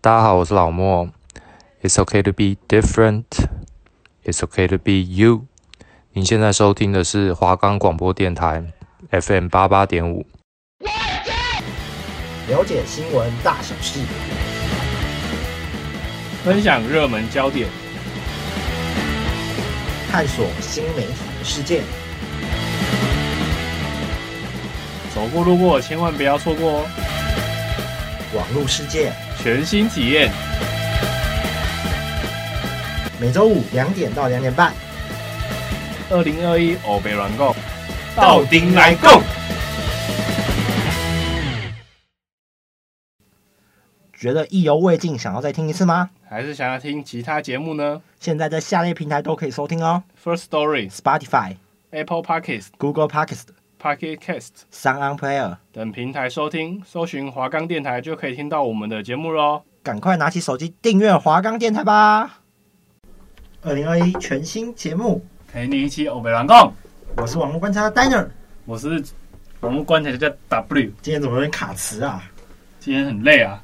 大家好，我是老莫。It's okay to be different. It's okay to be you. 您现在收听的是华冈广播电台 FM 八八点五。了解新闻大小事，分享热门焦点，探索新媒体的世界。走过路过千万不要错过哦！网络世界，全新体验，每周五两点到两点半，二零二一欧北软购，到顶来共。觉得意犹未尽，想要再听一次吗？还是想要听其他节目呢现在在下列平台都可以收听哦？First Story、 ：Spotify、 Apple Podcasts、 Google Podcast、 Pocket Cast Sound On Player。等平台收听，搜寻华冈电台就可以听到我们的节目哦喽。赶快拿起手机订阅华冈电台吧！二零二一全新节目，陪你一起欧北软购，我是网络观察 Diner。我是我们观察家 W，今天怎么有点卡词啊？今天很累啊。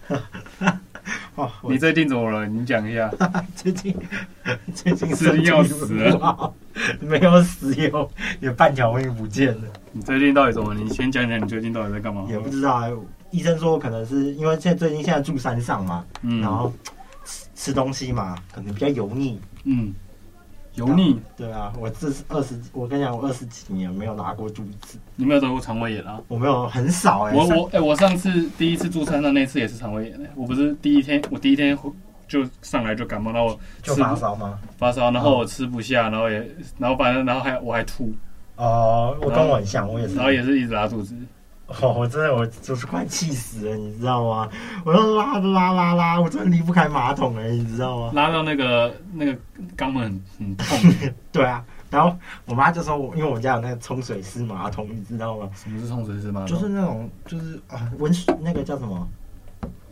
哦，我你最近怎么了？你讲一下。最 近最近是要死了了，没有死有有半条命不见了，你最近到底怎么了？你先讲讲你最近到底在干嘛？也不知道啊。医生说我可能是因为现在最近现在住山上嘛，嗯然后吃吃东西嘛，可能比较油腻。嗯，油腻，对啊，我这是二十，我跟你讲，我二十几年没有拿过柱子，你没有得过肠胃炎啊？我没有很少哎、我上我哎、我上次第一次住山上那次也是肠胃炎、欸，我不是第一天，我第一天就上来就感冒，然后我就吃不发烧吗？发烧，然后我吃不下，然后也然后反正然后还我还吐，哦、我跟我很像，我也是然。后也是一直拉肚子，哦，我真的我就是快气死了，你知道吗？我要拉拉拉拉，我真的离不开马桶哎、你知道吗？拉到那个那个肛门很很痛，对啊，然后我妈就说我，因为我家有那个冲水式马桶，你知道吗？ 什么是痛水是吗？就是那种就是啊温水那个叫什么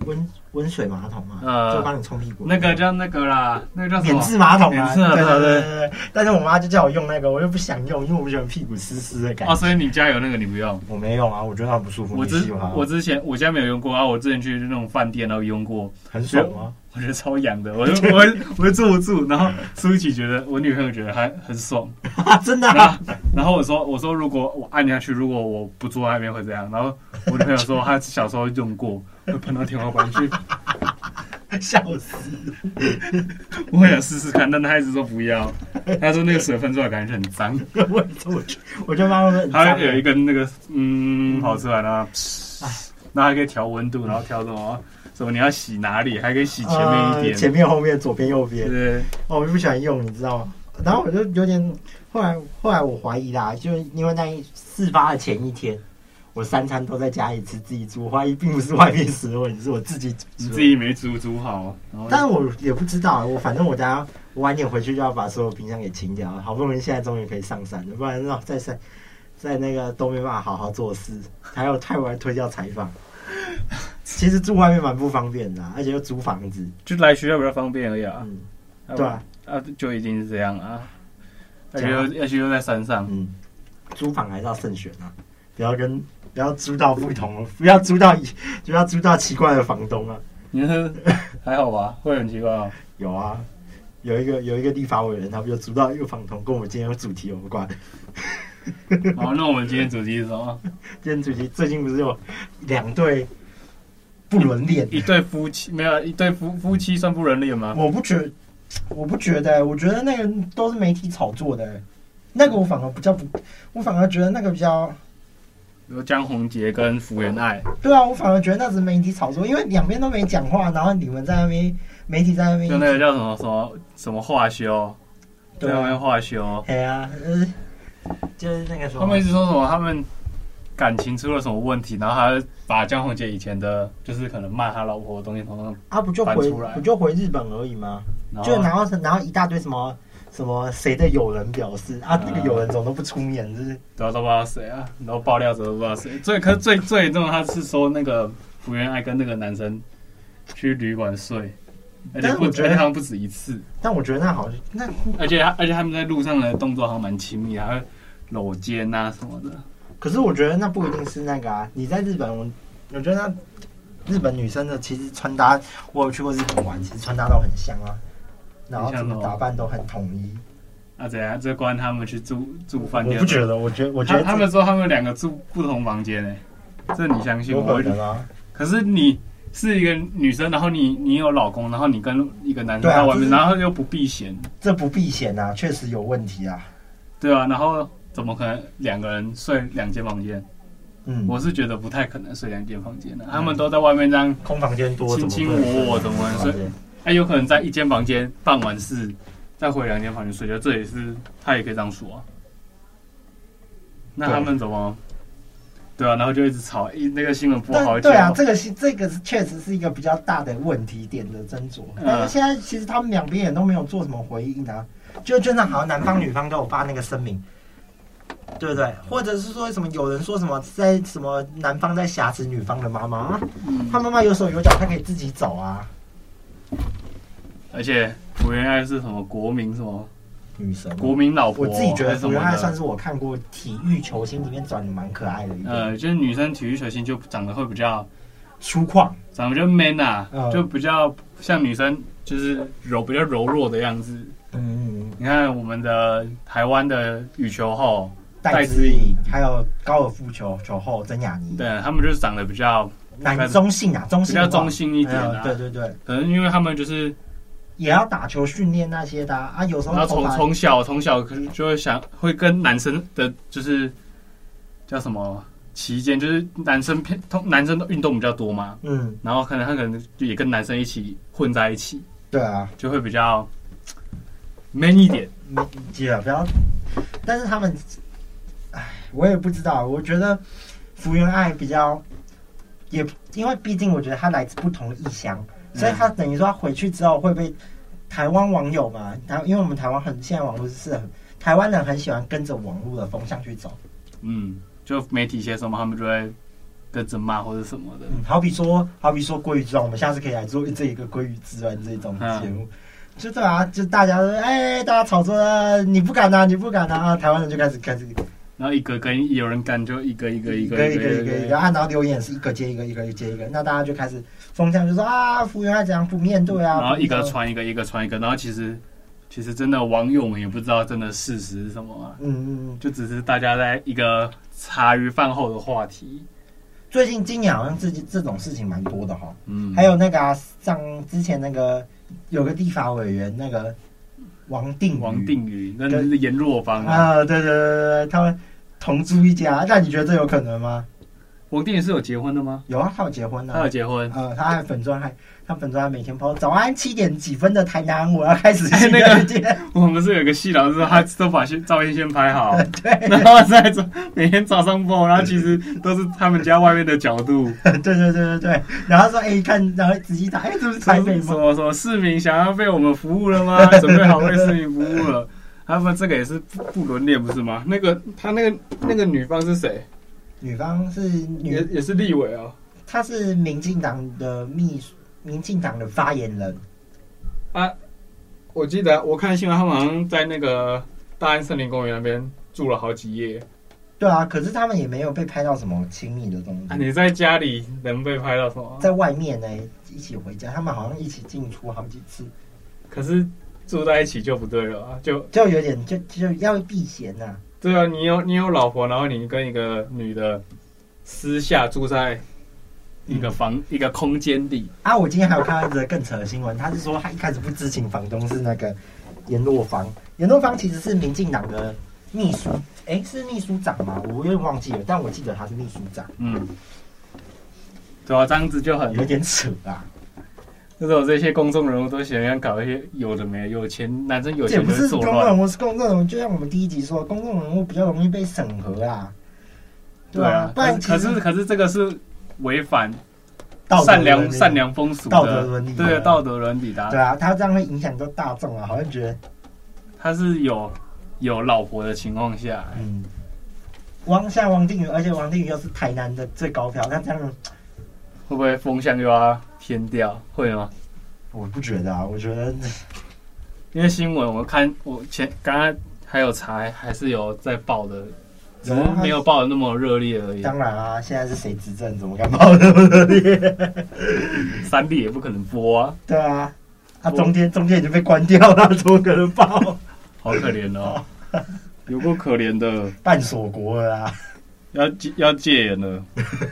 温温水马桶嘛，呃就帮你冲屁股。那个叫那个啦，那个叫什免么？治马桶啊，免治马桶对对对对对对。但是我妈就叫我用那个，我又不想用，因为我不喜欢屁股湿湿的感觉。哦，所以你家有那个你不用。我没用啊，我觉得很不舒服。我你之喜欢吗我之前我家没有用过啊，我之前去那种饭店然后用过， 很爽啊吗？我觉得超痒的，我就 我就我就坐不住，然后舒淇觉得我女朋友觉得还很爽，真的、然啊后， 然后我说我说如果我按下去，如果我不坐那边会怎样？然后我女朋友说她小时候用过，会喷到天花板 去。 笑死！我也想试试看，但她一直说不要。她说那个水分出来感觉很脏，我我就我就妈妈很它脏欸有一根那个嗯跑出来，然后然后还可以调温度，然后调什么什么你要洗哪里，还可以洗前面一呃点。前面、后面、左边、右边。对，哦，我就不喜欢用，你知道吗？然后我就有点，后来后来我怀疑啦，就是因为那一事发的前一天，我三餐都在家里吃自己煮，我怀疑并不是外面食的问题，是我自己煮。你自己没煮煮好，然后但是我也不知道，我反正我等下我晚点回去就要把所有冰箱给清掉了，好不容易现在终于可以上山了，不然那在山在那个都没办法好好做事，还有太晚推掉采访。其实住外面蛮不方便的啊、而且又租房子，就来学校比较方便而已啊。嗯，要不对然啊，啊，就已经是这样啊。而这且样又而且又在山上，嗯，租房还是要慎选啊，不要跟不要租到不同，不要租到不要租到奇怪的房东啊。你是还好吧？会很奇怪哦。有啊，有一个有一个立法委员，他不就租到一个房东，跟我们今天的主题有关。 好，那我们今天主题是什么？今天主题最近不是有两对不伦恋？一对夫妻没有一对夫夫妻算不伦恋吗？我不觉，我不觉得，我觉得那个都是媒体炒作的，那个我反而比较不，我反而觉得那个比较。比如江宏杰跟福原爱，对啊，我反而觉得那是媒体炒作，因为两边都没讲话，然后你们在那边媒体在那边就那个叫什么什么什么化修，对嗯对啊他们化修，哎呀，就是就是那个什他们一直说什么他们感情出了什么问题，然后还把江宏杰以前的，就是可能骂他老婆的东西，统统啊，不就搬回出来不就回日本而已吗？然就然后啊后然后一大堆什么什么谁的友人表示啊，那个嗯友人怎么都不出面，就是然后都不知道谁啊，然后爆料者都不知道谁。最可是最最严重的他是说那个福原爱跟那个男生去旅馆睡，而且但是不我觉得而且他们不止一次，但我觉得那好像那而且他而且他们在路上的动作好像蛮亲密的，还会搂肩啊什么的。可是我觉得那不一定是那个啊，你在日本我我觉得那日本女生的其实穿搭，我有去过日本玩，其实穿搭都很像啊，然后很怎像么哦打扮都很统一。那啊怎样？这关他们去住住我饭店？不觉得，我觉得我觉得哦他他们说他们两个住不同房间呢、这你相信有吗？可我能啊，可是你是一个女生，然后你你有老公，然后你跟一个男生对啊在外面，就是然后又不避嫌，这不避嫌啊，确实有问题啊。对啊，然后怎么可能两个人睡两间房间？嗯，我是觉得不太可能睡两间房间的、啊他们都在外面这样，空房间多，怎么卿卿会我我怎么会睡对哎，有可能在一间房间办完事，再回两间房间睡觉，这也是他也可以这样说啊。那对他们怎么？对啊，然后就一直吵，一那个新闻不好但讲。对啊，这个是这个是确实是一个比较大的问题点的斟酌。嗯但是现在其实他们两边也都没有做什么回应啊，就就那好像男方女方都有发那个声明，对不对？或者是说什么有人说什么在什么男方在挟持女方的妈妈，啊嗯他妈妈有手有脚，她可以自己走啊。而且福原爱是什么国民什么女神，国民老婆，我自己觉得还是什福么原爱的算是我看过体育球星里面长得蛮可爱的一个，呃，就是女生体育球星就长得会比较粗犷，长得比较 man 啊，嗯就比较像女生就是柔比较柔弱的样子。嗯，你看我们的台湾的羽球后，戴资颖，还有高尔夫球球后曾雅妮，对他们就是长得比较男中性啊，中比性较化中性一点哎啊呦，对对对，可能因为他们就是也要打球训练那些的啊，啊有时然后候头从发从小从小就会想会跟男生的就是叫什么期间，就是男生偏通男生的运动比较多嘛，嗯，然后可能他可能就也跟男生一起混在一起，对啊，就会比较 man 一点。没记了，不要。但是他们，唉，我也不知道，我觉得福原爱比较，也因为毕竟我觉得她来自不同的异乡，所以嗯她等于说她回去之后会被台湾网友嘛，台因为我们台湾很现在网络是很台湾人很喜欢跟着网络的风向去走，嗯，就媒体写什么，他们就会跟着骂或者什么的。嗯，好比说，好比说鲑鱼之乱，我们下次可以来做这一个鲑鱼之乱这种节目。就对啊，就大家都哎，大家吵着啊你不敢啊，你不敢啊，啊台湾人就开始开始然后一个跟有人干，就一个一个一一个个一个一个一个，啊，然后留言也是一个接一个，一个接一个，那大家就开始风向就说啊，服务员他怎样不面对啊，然后不一个面对啊传一个，一个传一个，然后其实其实真的网友们也不知道真的事实是什么啊，嗯嗯，嗯就只是大家在一个茶余饭后的话题。最近今年好像这这种事情蛮多的哈，嗯，还有那个啊，上之前那个有个立法委员那个王定宇王定宇跟严若芳啊，啊，对对对对对，他们同住一家，那你觉得这有可能吗？王定宇是有结婚的吗？有啊，他有结婚呢、他有结婚。呃，他还粉砖还他粉砖还每天抛早安七点几分的台南，我要开始哎新那个的一天。我们是有个系老师，他都把先照片先拍好，然后再走每天早上播，然后其实都是他们家外面的角度， 对对对对对，然后说哎看，然后仔细打，哎这不是台什北么吗？什么市民想要被我们服务 了吗？准备好为市民服务了，他们这个也是不不伦恋不是吗？那个他那个那个女方是谁？女方是也女，也是立委哦。她是民进党的秘书，民进党的发言人。我记得我看新闻，他们好像在那个大安森林公园那边住了好几夜。对啊，可是他们也没有被拍到什么亲密的东啊，西，你在家里能被拍到什么？在外面呢一起回家，他们好像一起进出好几次，可是住在一起就不对了啊，就就有点就就要避嫌呐、对啊，你有你有老婆，然后你跟一个女的私下住在一个嗯房、一个空间里，啊，我今天还有看到一则更扯的新闻，他是说他一开始不知情房东是那个严若芳，严若芳其实是民进党的秘书，诶，是秘书长吗？我有点忘记了，但我记得他是秘书长，啊嗯，对啊，这样子就很，有点扯啊，那种这些公众人物都喜欢搞一些有的没的，有钱男生有这也钱不就是作公众人乱，物，是公众人物，就像我们第一集说，公众人物比较容易被审核啊，对啊，不可然是可其是实可是这个是违反道德善伦良理善良风俗道德的，伦理的对道德伦理的啊、对啊，他这样会影响到大众啊，好像觉得他是有有老婆的情况下，嗯，汪像王定宇，而且王定宇又是台南的最高票，那这样会不会风向又要偏掉？会吗？我不觉得啊，我觉得。因为新闻我看我前刚刚还有查，还是有在报的，只啊是没有报的那么热烈而已。当然啊，现在是谁执政，怎么敢报那么热烈？三 D 也不可能播啊， 对啊，啊中间中间已经被关掉了， 怎么可能报？ 好可怜哦， 有够可怜的，半锁国了啊啦！要戒要戒严了。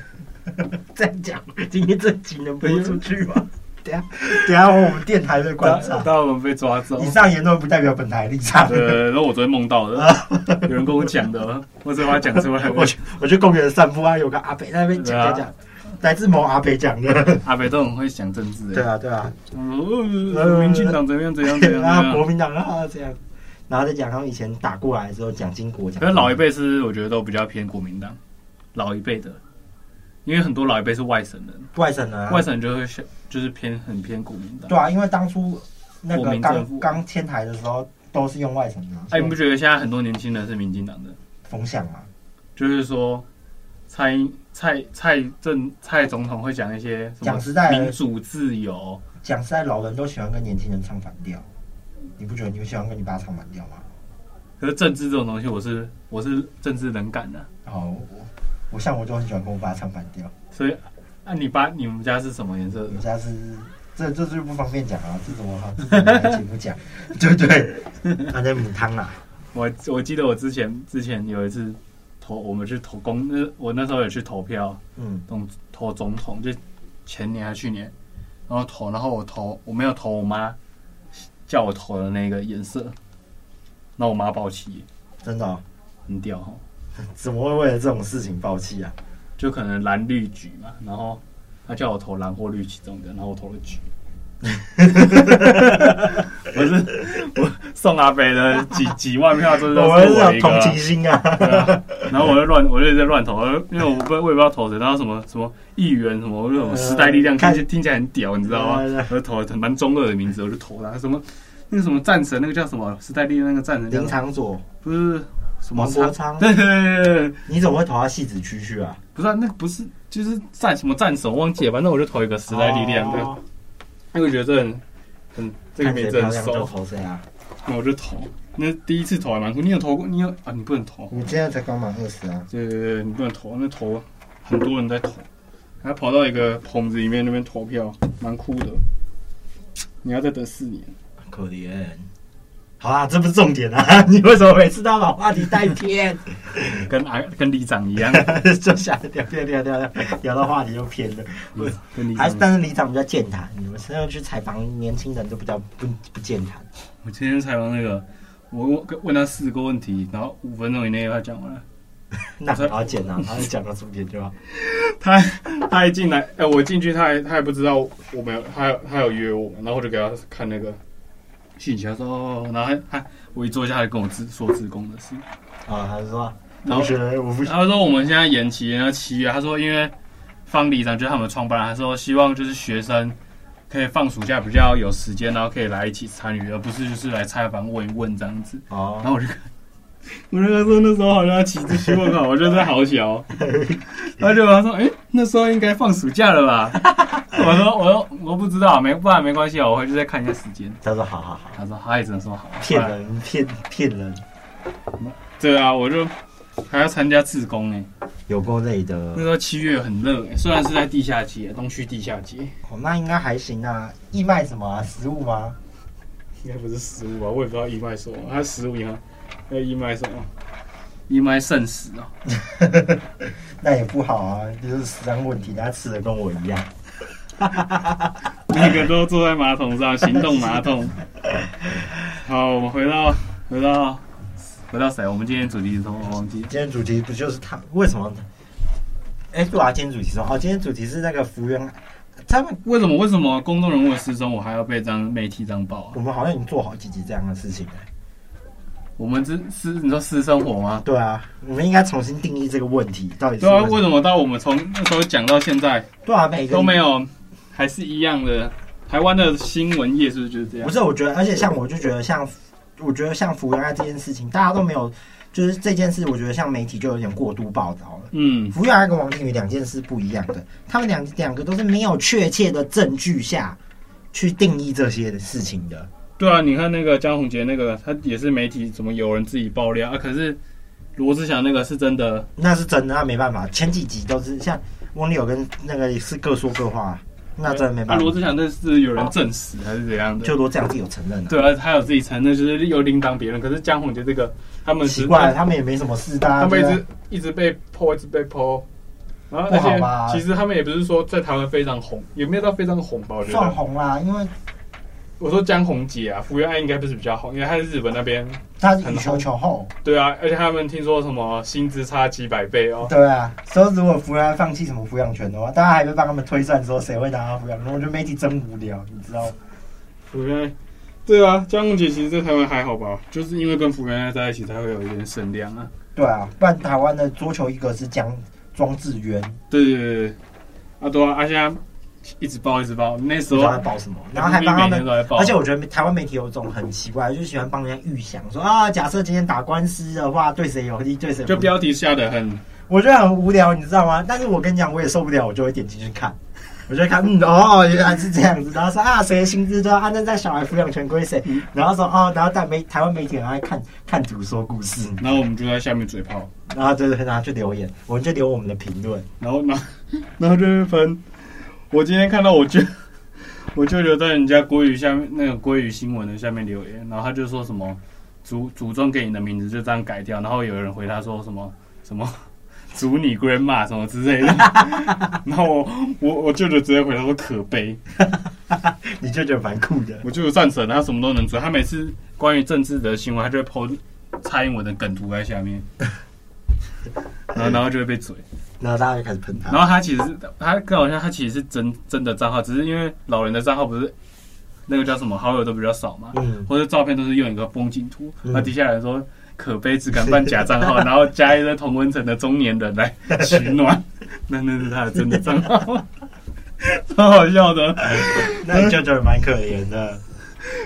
再讲，今天这集能播出去吗？ 等下等下，我们电台被观察。到我们被抓 走以。上言论不代表本台立场。呃，然后我昨天梦到的， 有人跟我讲的，我只把它讲出来。我去我去公园散步啊，有个阿北在那边讲讲对讲，来自某阿北讲 的。阿北都很会讲政治，对，啊对啊，呃，民进党怎么样怎样怎样怎 啊样国。民党啊这样，然后再讲他们以前打过来的时候，蒋经国讲。可是老一辈是我觉得都比较偏国民党，老一辈的，因为很多老一辈是外省人，外省人啊，外省人就会选就是偏很偏国民党。对啊，因为当初那国个民政府刚刚迁台的时候，都是用外省人啊，哎，你不觉得现在很多年轻人是民进党的？风向嘛，就是说蔡英蔡蔡政蔡总统会讲一些什讲时代么民主自由，讲实在，老人都喜欢跟年轻人唱反调，你不觉得你们喜欢跟你爸唱反调吗？可是政治这种东西，我是我是政治冷感的、哦，我我像我就很喜欢跟我爸唱反调，所以啊，你爸你们家是什么颜色我的们？家是这这就不方便讲啊，这怎么好，这怎么来节目讲， 对不对？ 反正母汤啊啦，我我记得我之前之前有一次投，我们去投公，那我那时候有去投票，嗯，总投总统，就前年还是去年，然后投，然后我投我没有投我妈叫我投的那个颜色，那我妈抱起，真的、哦，很屌哈，怎么会为了这种事情爆气啊？就可能蓝绿橘嘛，然后她叫我投蓝或绿其中一个，然后我投了 橘。我是我送阿北的几几万票，真的我都们是是我有一个同啊。情心啊，对啊，然后我就乱，我就一直在乱投，因为我不我也不知道投谁，然后什么什么议员什么那种时代力量，听起听起来很屌，你知道吗嗯对对？我就投了很蛮中二的名字，我就投他什么那个什么战神，那个叫什么时代力量那个战神叫林长 佐，不是什么王国昌昌对对对对对，你怎么会投到戏子区去啊？不是啊那个不是就是战什么战神，我忘记了，反正我就投一个时代力量，对，哦因为我觉得这很很这个看名谁字漂很亮就熟，投谁啊！然后我就投。那第一次投还蛮酷，你有投过？你有啊？你不能投，我现在才刚满二十啊，对对对，你不能投，那投很多人在投，还跑到一个棚子里面那边投票，蛮酷的。你要再等四年，可怜。好啦，这不是重点啊！ 你为什么每次都要把话题带偏？跟阿跟里长一样， 就想聊聊聊聊聊聊到话题就偏了。我跟里还是长一样。但是里长比较健谈，你们现在去采访年轻人都比较不不健谈。我今天采访那个，我问问他四个问题，然后五分钟以内他讲完了。那不要剪啊，他就讲到重点就好。他他一进来，哎、我进去他还他还不知道我们有他有他有约我们，然后我就给他看那个信息，他说哦，然后他他我一坐下来跟我自说自工的事，啊，他就说然同后学，我不他说我们现在延期，然后七月。他说因为方里长就是他们创办人，他说希望就是学生可以放暑假比较有时间，然后可以来一起参与，而不是就是来采访问一问这样子。然哦，后我就看，我那个时候那时候好像要骑出去，我靠，我觉得好 小。然后就他说，哎、那时候应该放暑假了吧？ 我说我说我不知道，没不然没关系啊，我回去再看一下时间。他说好好好，他说他也只能说好，骗不然。人骗骗人，对啊，我就还要参加自工哎、有够累的。那时候七月很热、欸，虽然是在地下街，东区地下街，哦，那应该还行啊。义卖什么啊？食物吗？应该不是食物吧？我也不知道义卖什么，它食物银行要义卖什么？义卖剩食哦，那也不好啊，就是食安问题，他吃的跟我一样。每个都坐在马桶上，行动马 桶。好，我们回到回到回到谁？我们今天主题是什么？我忘记了。今天主题不就是他为什么？哎、对啊，今天主题是什么哦，今天主题是那个福原爱，他们为什么为什么公众人物的失踪，我还要被这样媒体这样报啊我？们好像已经做好几集这样的事情了。我们这私你说私生活吗？对啊，我们应该重新定义这个问题到底是对啊，为什么为什么到我们从那时候讲到现在对啊，每个都没。有，还是一样的？台湾的新闻业是不是就是这样不？是，我觉得，而且像我就觉得像，我觉得像福原爱啊这件事情，大家都没有，就是这件事，我觉得像媒体就有点过度报道了。嗯，福原爱跟王定宇两件事不一样的，他们两两个都是没有确切的证据下去定义这些的事情的。对啊，你看那个江宏杰那个，他也是媒体怎么有人自己爆料啊？可是罗志祥那个是真的，那是真的，那没办法。前几集都是像翁立友跟那个是各说各话，那真的没办啊罗法。志祥那是有人证实还是怎样的？就罗志祥自己有承认了、对啊，他有自己承认，就是又另当别论。可是江宏杰这个，他们是奇怪，他们也没什么事，大家他们一觉得直一直被泼，一直被泼。然后，不好吧而且其实他们也不是说在台湾非常红，也没有到非常红吧？我觉算得，红啦，因为我说江宏杰啊，福原爱应该不是比较红，因为他是日本那边，他是羽球球后，对啊，而且他们听说什么薪资差几百倍哦，对啊。所以如果福原放弃什么抚养权的话，大家还会帮他们推算说谁会拿到抚养权。我觉得媒体真无聊，你知道吗？福原爱，对啊，江宏杰其实在台湾还好吧，就是因为跟福原爱在一起才会有一点声量啊。对啊，不然台湾的桌球一个是江庄智渊，对对对对，啊对啊，啊现在一直爆一直爆，那时不知候道在报什么，然后还帮他每们天都在爆，而且我觉得台湾媒体有一种很奇怪，就是喜欢帮人家预想说啊，假设今天打官司的话，对谁有利，对谁不就利。标题下的很，我觉得很无聊，你知道吗？但是我跟你讲，我也受不了，我就会点进去看，我就会看，嗯，哦，原来是这样子。然后说啊，谁的薪资都要按照在小孩抚养权归谁。嗯然后说哦，然后但媒台湾媒体很爱看看图说故事，然后我们就在下面嘴炮，然后就是然后去留言，我们就留我们的评论。然后 然后然后就会分。我今天看到我舅， 我舅舅在人家国语下面那个国语新闻的下面留言，然后他就说什么祖祖宗给你的名字就这样改掉，然后有人回他说什么什么。 祖你 grandma 什么之类的， 然后我我我舅舅直接回他说可悲，你就觉得蛮酷的，我就有战神，他什么都能做。他每次关于政治的新闻，他就会 PO 蔡英文的梗图在下 面，然后然后就会被嘴。然后大家就开始喷他然。后他其实是他更好像他其实是真真的账号，只是因为老人的账号不是那个叫什么好友都比较少嘛，嗯，或者照片都是用一个风景图，嗯然后底下人说。可悲，只敢办假账号，然后加一个同温层的中年人来取 暖，那那是他的真的账号， 超好笑的，那你就觉得蛮可怜的。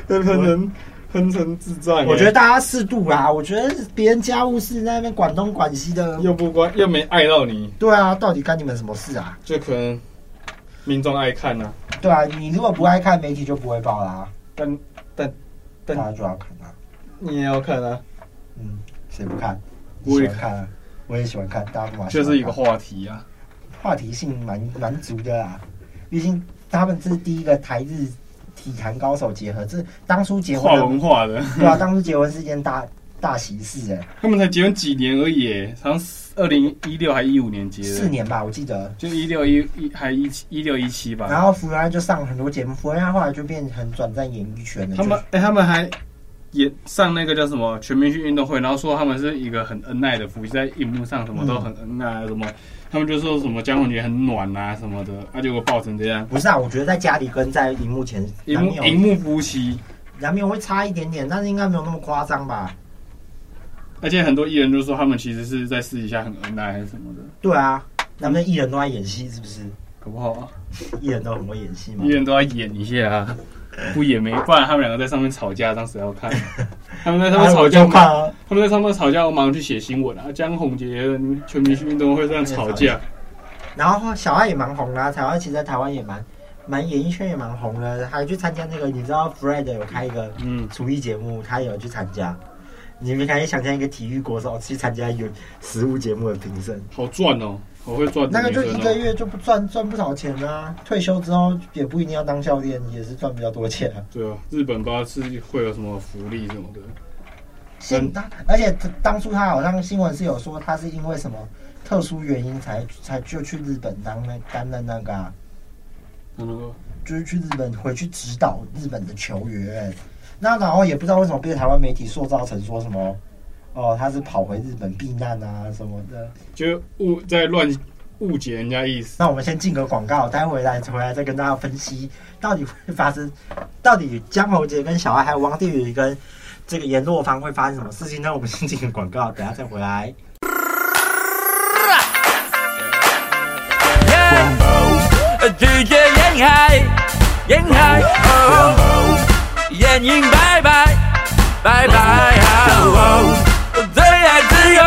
喷成喷成智障我觉得大家适度啦，我觉得别人家务事在那边管东管西的，又不关又没爱到你，对啊，到底干你们什么事啊？就可能民众爱看啊，对啊，你如果不爱看媒体就不会报啦，但大对家就要看啦。你也要看啊，嗯，谁不看？你我喜也欢看啊，我也喜欢看，大家不嘛？就是一个话题啊。话题性蛮蛮足的啦，毕竟他们这是第一个台日体坛高手结合，这当初结跨婚文的化的，对啊，当初结婚是一件大大喜事哎、他们才结婚几年而已耶，好像二零一六还一五年结四的，年吧，我记得。就一六一一还一七一六一七然吧。后福原爱就上很多节目，福原爱后来就变很转战演艺圈了。他们哎、他们还也上那个叫什么全明星运动会，然后说他们是一个很恩爱的夫妻，在荧幕上什么都很恩爱啊，什么嗯他们就说什么江宏杰很暖啊什么的，啊结果爆成这样，不是啊，我觉得在家里跟在荧幕前荧难幕免荧有幕夫妻。难免会差一点点，但是应该没有那么夸张吧？而且很多艺人就说他们其实是在私底下很恩爱还是什么的，对嗯啊，咱们艺人都爱演戏，是不是？搞不好、啊、艺人都很会演戏嘛艺。人都要演一下、啊，不演没，不然他们两个在上面吵架，当时要看。他们在上面吵架，哎就看啊，他们在上面吵架，我马上去写新闻啊！江宏杰全明星运动会这样吵架，然后小爱也蛮红啦、小爱其实在台湾也蛮蛮演艺圈也蛮红的，还去参加那个你知道 Fred 有开一个嗯，厨艺节目，他也有去参加。你们可以想象一个体育国手去参加有食物节目的评审，好赚哦，好会赚那的个就女生一个哦。月就不赚赚不少钱啊。退休之后也不一定要当教练，也是赚比较多钱啊。对啊，日本不知道是会有什么福利什么的，是他，而且他当初他好像新闻是有说他是因为什么特殊原因才才就去日本当那担任那个、啊，他那个就是去日本回去指导日本的球员。那然后也不知道为什么被台湾媒体塑造成说什么哦，他是跑回日本避难啊什么的。就误在乱误解人家意思。那我们先进个广告，待会来回来再跟大家分析到底会发生，到底江宏杰跟小爱还有王定宇跟这个严若芳会发生什么事情呢？我们先进个广告，等一下再回来。拒绝掩盖，掩盖，哦，眼影拜拜，拜拜，哦，最爱自由。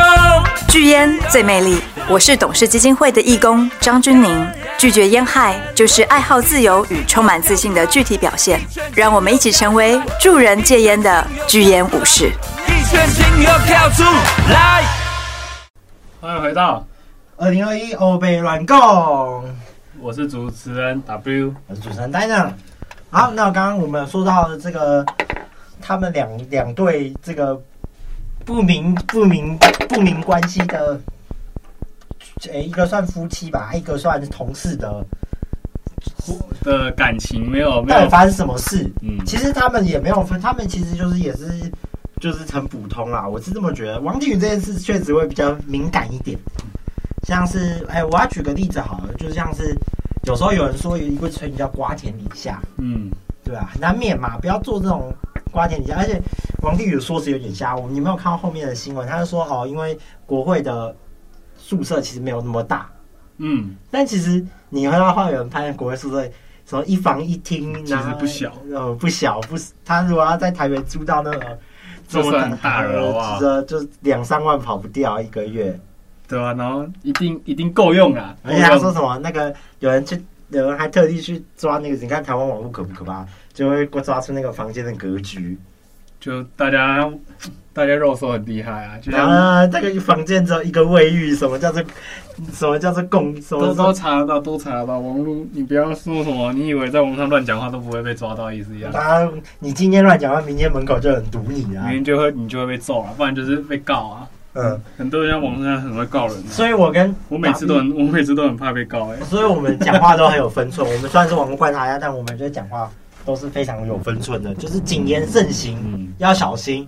拒烟最美丽，我是董事基金会的义工张君宁。拒绝烟害就是爱好自由与充满自信的具体表现。让我们一起成为助人戒烟的拒烟武士。一圈情又跳出来。欢迎回到，二零二一欧北软供，我是主持人 W，我是主持人呆呢。好，那刚刚我们说到这个，他们两两对这个不明不明不明关系的，诶、一个算夫妻吧，一个算同事的，的感情没有没到底有，发生什么事？嗯，其实他们也没有分，他们其实就是也是就是很普通啦，我是这么觉得。王定宇这件事确实会比较敏感一点，像是哎、我要举个例子好了，就像是有时候有人说有一个成语叫瓜田李下，嗯，对啊，难免嘛，不要做这种瓜田李下。而且王定宇说辞有点瞎，我你没有看到后面的新闻，他就说哦，因为国会的宿舍其实没有那么大，嗯，但其实你看到话有人拍国外宿舍，什么一房一厅，其实然后不小，呃，不小，不是，他如果要在台北租到那个这算大了好不好这就是两三万跑不掉一个月。对吧、然后一定一定够用啦，而且他够哎说用什么，那个有人去，有人还特地去抓那个，你看台湾网络可不可怕？就会抓出那个房间的格局，就大家大家肉搜很厉害啊，就然像后那个房间只有一个卫浴，什么叫做什么叫做共什么都都查得到，都查得到。网络你不要说什么，你以为在网上乱讲话都不会被抓到，意思一样。啊，你今天乱讲话，明天门口就有人堵你啊明，天就会你就会被揍了，不然就是被告啊。嗯，很多人在网上很会告人、啊，所以我跟我每次都啊很我每次都很怕被告哎、所以我们讲话都很有分寸。我 们虽然是网络观察家，但我们觉得讲话都是非常有分寸的，就是谨言慎行，嗯要小心。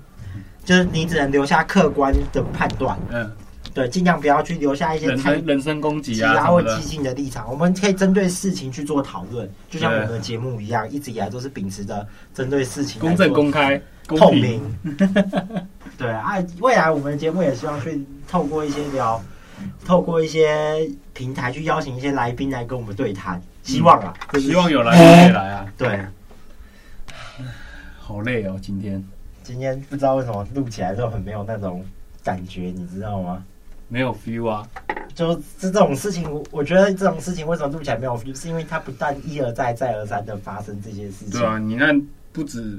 就是你只能留下客观的判断，嗯，对，尽量不要去留下一些人太身人身攻击啊压什或么激的，进的立场。我们可以针对事情去做讨论，就像我对们的节目一样，一直以来都是秉持着针对事情来公正做公开公透明平。。 对啊，未来我们的节目也希望去透过一些聊，透过一些平台去邀请一些来宾来跟我们对谈，希望啊，这是希望有哎来就可以来啊，对。好累哦，今天今天不知道为什么录起来都很没有那种感觉，你知道吗？没有 feel 啊。就是这种事情，我我觉得这种事情为什么录起来没有 feel，是因为它不但一而再、再而三的发生这些事情。对啊，你看不止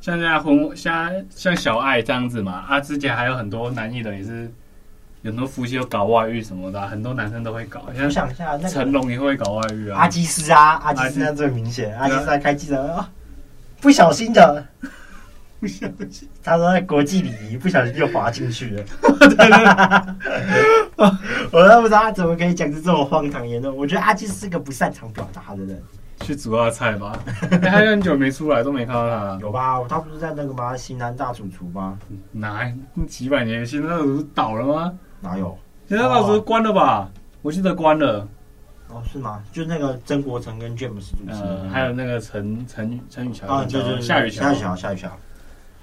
像现在红像像小爱这样子嘛，啊，之前还有很多男艺人也是，有很多夫妻有搞外遇什么的啊、很多男生都会搞，我像想一下，那成个龙也会搞外遇啊，阿基斯啊，阿基阿基斯那最明显，阿基对啊斯在开记者会、哦，不小心的， 不相信，他说在国际礼仪不小心就滑进去 了。哦我都不知道他怎么可以讲出这种荒唐言论。我觉得阿基斯是个不擅长表达的人。去煮他的菜吧。 哎他很久没出来，都没看到他了，有吧？他不是在那个吗？西南大主厨吗？哪几百年？现在那不是倒了吗？哪有？现在那时候关了吧？我记得关了。哦，是吗？就那个曾国成跟 James 主持的呃，还有那个陈陈陈宇桥啊，嗯对对，夏雨桥，夏桥雨，桥，夏雨桥。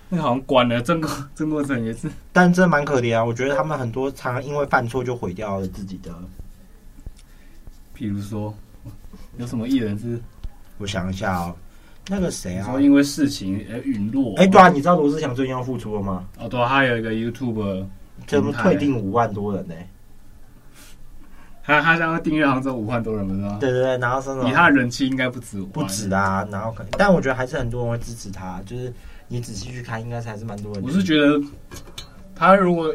那个好像关了。郑国郑国成也是，但这蛮可怜啊，我觉得他们很多常常因为犯错就毁掉了自己的。比如说有什么艺人是我想一下哦，那个谁你啊说？因为事情而陨落。哎，对啊，你知道罗志祥最近要复出了吗？哦，对啊，他有一个 YouTube，这不退订五万多人呢、他他现在订阅好像只有五万多人，不是吗？对对对，然后是那以种他的人气应该不止五万。不止啊，然后可能，但我觉得还是很多人会支持他，就是你仔细去看，应该还是蛮多人的。我是觉得他如果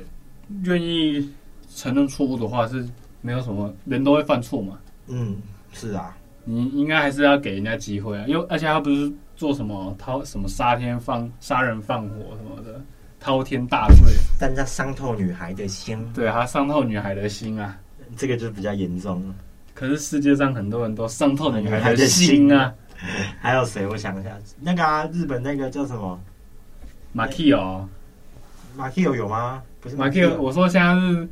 愿意承认错误的话，是没有什么人都会犯错嘛。嗯，是啊，你应该还是要给人家机会啊，因为而且他不是做什么掏什么杀天放杀人放火什么的，滔天大罪，但他伤透女孩的心，对他伤透女孩的心啊。这个就比较严重了。可是世界上很多人都伤透女孩的心啊。还有谁？我想一下，那个啊，日本那个叫什么？马 k 哦，马 Q 有吗？不是马 k Makio，我说现在是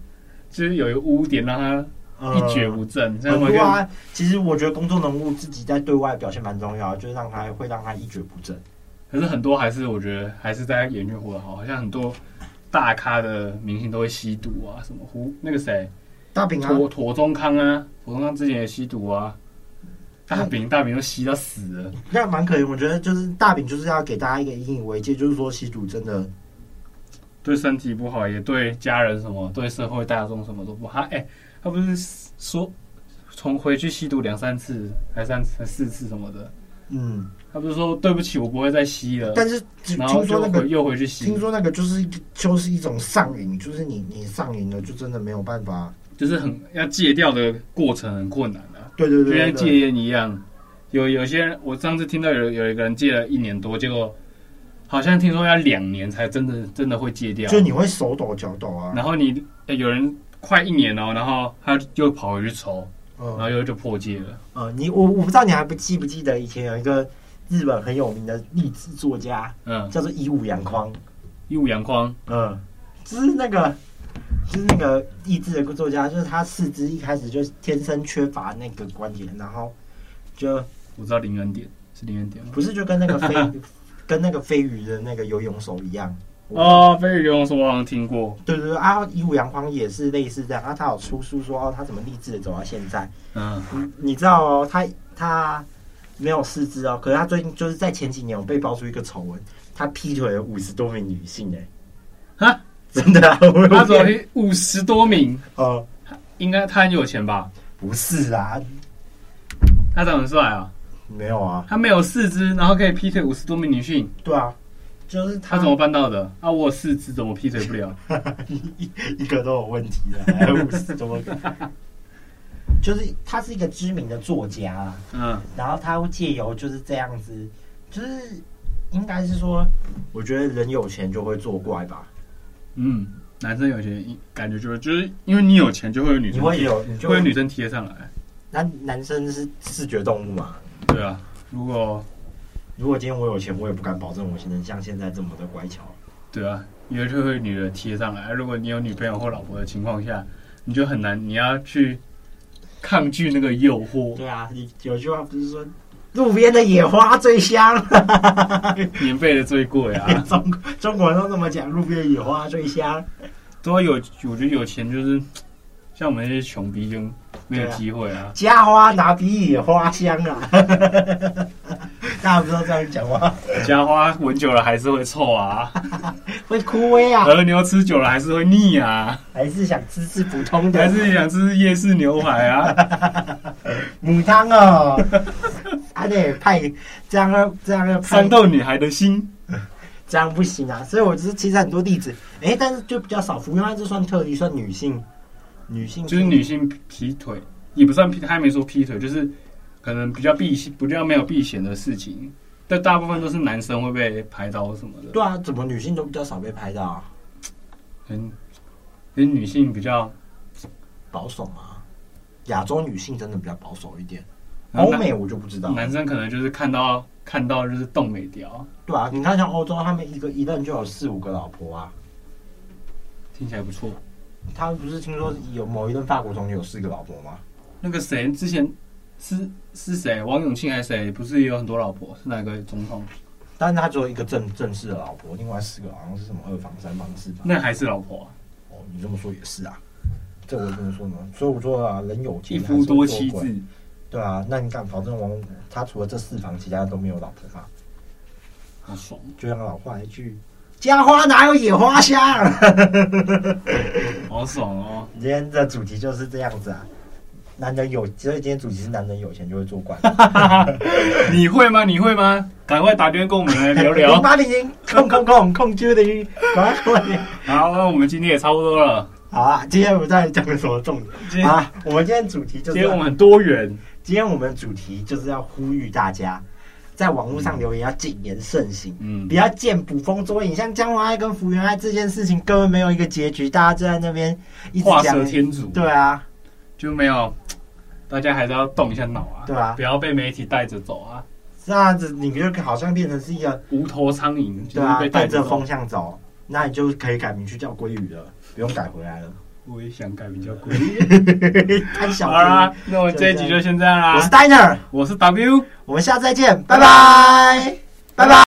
就是有一个污点让他呃一蹶不振，像马很 k 多啊。其实我觉得公众人物自己在对外表现蛮重要，就是让他会让他一蹶不振。可是很多还是我觉得还是在演艺活得好，好像很多大咖的明星都会吸毒啊，什么胡那个谁大饼啊，妥妥中康啊，妥中康之前也吸毒啊，大饼大饼都吸到死了，那蛮可怜。我觉得就是大饼就是要给大家一个引以为戒，就是说吸毒真的对身体不好，也对家人什么，对社会大众什么都不好。他哎、他不是说从回去吸毒两三次，还三次四次什么的，嗯，他不是说对不起，我不会再吸了，但是只然后听就说那个回又回去吸听，说那个就是一就是一种上瘾，就是你你上瘾了，就真的没有办法。就是很要戒掉的过程很困难的、对对就对对像戒对，烟一样，有有些人，我上次听到有有一个人戒了一年多，结果好像听说要两年才真的真的会戒掉，就你会手抖脚抖啊，然后你、欸有人快一年哦，然后他又跑回去抽，然后嗯又就破戒了。呃，你我我不知道你还不记不记得以前有一个日本很有名的励志作家嗯，叫做伊武洋匡，一五阳光，嗯，就是那个，就是那个益智的作家，就是他四肢一开始就天生缺乏那个关节，然后就我知道零恩点是零恩点吗？不是就跟那个 飞跟那个飞鱼的那个游泳手一样。哦，飞鱼游泳说我好像听过，对对对啊，一五阳光也是类似这样啊。他有出书说哦，他怎么励志的走到现在。嗯，你你知道哦，他他没有四肢哦，可是他最近就是在前几年有被爆出一个丑闻，他劈腿了五十多名女性哎、哈真的啊，我有他走骗了五十多名，哦。应该他很有钱吧？不是啊，他长得很帅啊，没有啊，他没有四肢，然后可以劈腿五十多名女性，对啊，就是他他怎么办到的？啊，我有四肢怎么劈腿不了？一 一个都有问题了，还有五十多个。 就是他是一个知名的作家啊，嗯然后他会借由就是这样子，就是应该是说，我觉得人有钱就会作怪吧，嗯，男生有钱感觉就是就是因为你有钱就会有女你生，会有你就就会有女生贴上来，男男生是视觉动物嘛。对啊。如果如果今天我有钱，我也不敢保证我能像现在这么的乖巧。对啊，有就会女的贴上来。如果你有女朋友或老婆的情况下，你就很难，你要去抗拒那个诱惑，对啊，你有句话不是说路边的野花最香， 免费的最贵啊。中国中国人都这么讲，路边野花最香。都啊有，我觉得有钱就是像我们这些穷逼就没有机会啊。家花哪比野花香啊！ 大家不知道这样讲吗？家花闻久了还是会臭啊，会枯萎啊， 和牛吃久了还是会腻 啊，还是想吃吃普通的？还是想吃夜市牛排啊。 母汤哦？ 还得派这样这样伤派透女孩的心，这样不行啊！所以我就是其实很多例子，哎、但是就比较少服，因为它这算特例，算女性，女性就是女性劈腿，也不算劈，还没说劈腿，就是可能比较避嫌，比较没有避嫌的事情。但大部分都是男生会被拍到什么的，对啊，怎么女性都比较少被拍到、啊？嗯，因为女性比较保守嘛，亚洲女性真的比较保守一点，然后欧男美我就不知道。男生可能就是看到看到就是动美雕，对啊，你看像欧洲，他们一个一任就有四五个老婆啊。听起来不错。他不是听说有某一任法国总理有四个老婆吗？那个谁之前是是谁，王永庆还是谁，不是也有很多老婆？是哪个总统？但是他只有一个正正式的老婆，另外四个好像是什么二房、三房、四房。那还是老婆啊、哦，你这么说也是啊，这我怎么说呢？所以我说啊，人有钱一夫多妻还是有制。做鬼对啊，那你看，反正王他除了这四房，其他都没有老婆嘛。好爽！就像老话一句：“家花哪有野花香 好爽哦！” 今天的主题就是这样子啊。男人有，所以今天主题是男人有钱就会做 官。你会吗？你会吗？赶快打电话跟我们来聊 聊零。八零零空空空空就等于赶快过来。好，那我们今天也差不多了。好啊，今天我们到底讲了什么重今点天啊？我们今天主题就哎今是天要我们很多元，今天我们主题就是要呼吁大家，在网络上留言要谨言慎行，嗯不，要见捕风捉影。像江华爱跟福原爱这件事情根本没有一个结局，大家就在那边一直画蛇讲。添足，对，啊，就没有，大家还是要动一下脑啊，对啊不要被媒体带着走啊，这样子你就好像变成是一个无头苍蝇就对是啊被，带带着着走风。向走，那你就可以改名去叫鲑鱼了，不用改回来 了。我也想改比较 贵。贪小好便啦宜。，那我们这一集就先这样我是啦。 Diner，我是 W。我们下次再见，拜拜，拜拜。